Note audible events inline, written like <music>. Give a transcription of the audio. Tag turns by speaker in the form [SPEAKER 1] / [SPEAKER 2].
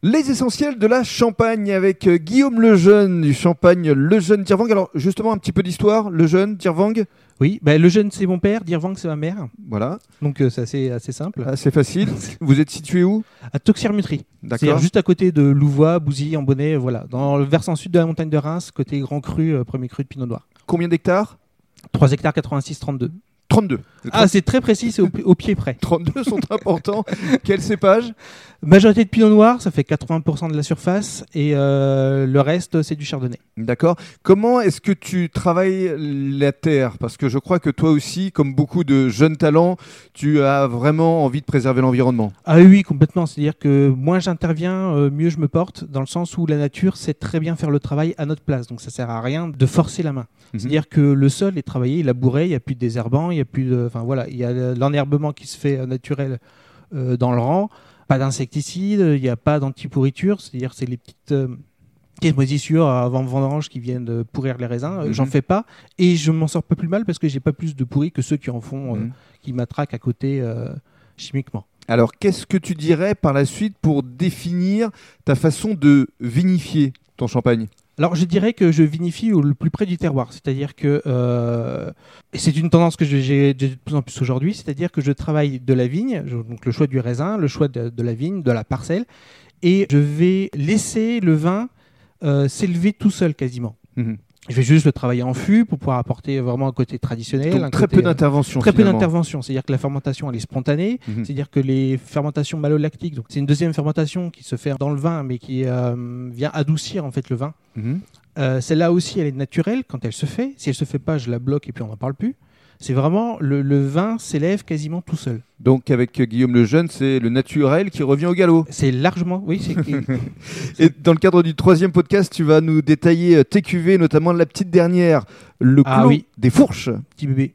[SPEAKER 1] Les essentiels de la Champagne avec euh, Guillaume Lejeune du Champagne Lejeune Tirvang. Alors justement un petit peu d'histoire, Lejeune Tirvang,
[SPEAKER 2] Oui, bah, le jeune c'est mon père, Dirvang c'est ma mère.
[SPEAKER 1] voilà,
[SPEAKER 2] Donc euh, c'est assez, assez simple.
[SPEAKER 1] assez <laughs> facile. Vous êtes situé où
[SPEAKER 2] À Toxirmutrie, c'est
[SPEAKER 1] D'accord.
[SPEAKER 2] juste à côté de Louvois, Bouzy, Ambonnet, voilà. Dans le versant sud de la montagne de Reims, côté Grand Cru, euh, premier cru de Pinot Noir.
[SPEAKER 1] Combien d'hectares
[SPEAKER 2] 3 hectares 86, 32.
[SPEAKER 1] <laughs> 32.
[SPEAKER 2] Ah, c'est très précis, c'est au, pi- au pied près.
[SPEAKER 1] 32 sont importants. Quel cépage
[SPEAKER 2] Majorité de Pinot Noir, ça fait 80% de la surface, et euh, le reste c'est du Chardonnay.
[SPEAKER 1] D'accord. Comment est-ce que tu travailles la terre Parce que je crois que toi aussi, comme beaucoup de jeunes talents, tu as vraiment envie de préserver l'environnement.
[SPEAKER 2] Ah oui, complètement. C'est-à-dire que moins j'interviens, euh, mieux je me porte, dans le sens où la nature sait très bien faire le travail à notre place. Donc ça sert à rien de forcer la main.
[SPEAKER 1] Mhm.
[SPEAKER 2] C'est-à-dire que le sol est travaillé, il a bourré, il n'y a plus de désherbant, il y a plus de. Enfin voilà, il y a le- l'enherbement qui se fait euh, naturel euh, dans le rang, pas d'insecticides, il n'y a pas d'antipourriture, c'est-à-dire c'est les petites. euh, petites moisissures avant vendange qui viennent euh, pourrir les raisins, Euh,
[SPEAKER 1] Mhm.
[SPEAKER 2] j'en fais pas et je m'en sors pas plus mal parce que j'ai pas plus de pourris que ceux qui en font, euh,
[SPEAKER 1] Mhm.
[SPEAKER 2] qui m'attraquent à côté euh, chimiquement.
[SPEAKER 1] Alors, qu'est-ce que tu dirais par la suite pour définir ta façon de vinifier ton champagne
[SPEAKER 2] Alors je dirais que je vinifie au le plus près du terroir, c'est-à-dire que euh, et c'est une tendance que je- j'ai j'ai de plus en plus aujourd'hui, c'est-à-dire que je travaille de la vigne, je- donc le choix du raisin, le choix de, de la vigne, de la parcelle, et je vais laisser le vin euh, s'élever tout seul quasiment.
[SPEAKER 1] Mhm.
[SPEAKER 2] Je vais juste le travailler en fût pour pouvoir apporter vraiment un côté traditionnel,
[SPEAKER 1] Donc,
[SPEAKER 2] un
[SPEAKER 1] très
[SPEAKER 2] côté,
[SPEAKER 1] peu
[SPEAKER 2] euh,
[SPEAKER 1] d'intervention.
[SPEAKER 2] Très peu
[SPEAKER 1] finalement.
[SPEAKER 2] d'intervention, c'est-à-dire que la fermentation elle est spontanée,
[SPEAKER 1] Mhm.
[SPEAKER 2] c'est-à-dire que les fermentations malolactiques, donc c'est une deuxième fermentation qui se fait dans le vin, mais qui euh, vient adoucir en fait le vin.
[SPEAKER 1] Mhm.
[SPEAKER 2] Euh, Celle-là aussi, elle est naturelle quand elle se fait. Si elle se fait pas, je la bloque et puis on n'en parle plus. C'est vraiment le, le vin s'élève quasiment tout seul.
[SPEAKER 1] Donc, avec euh, Guillaume Lejeune, c'est le naturel qui revient au galop.
[SPEAKER 2] C'est largement, oui, c'est
[SPEAKER 1] Et dans le cadre du troisième podcast, tu vas nous détailler euh, tes cuvées, notamment la petite dernière, le clos
[SPEAKER 2] Ah oui.
[SPEAKER 1] des fourches.
[SPEAKER 2] petit bébé.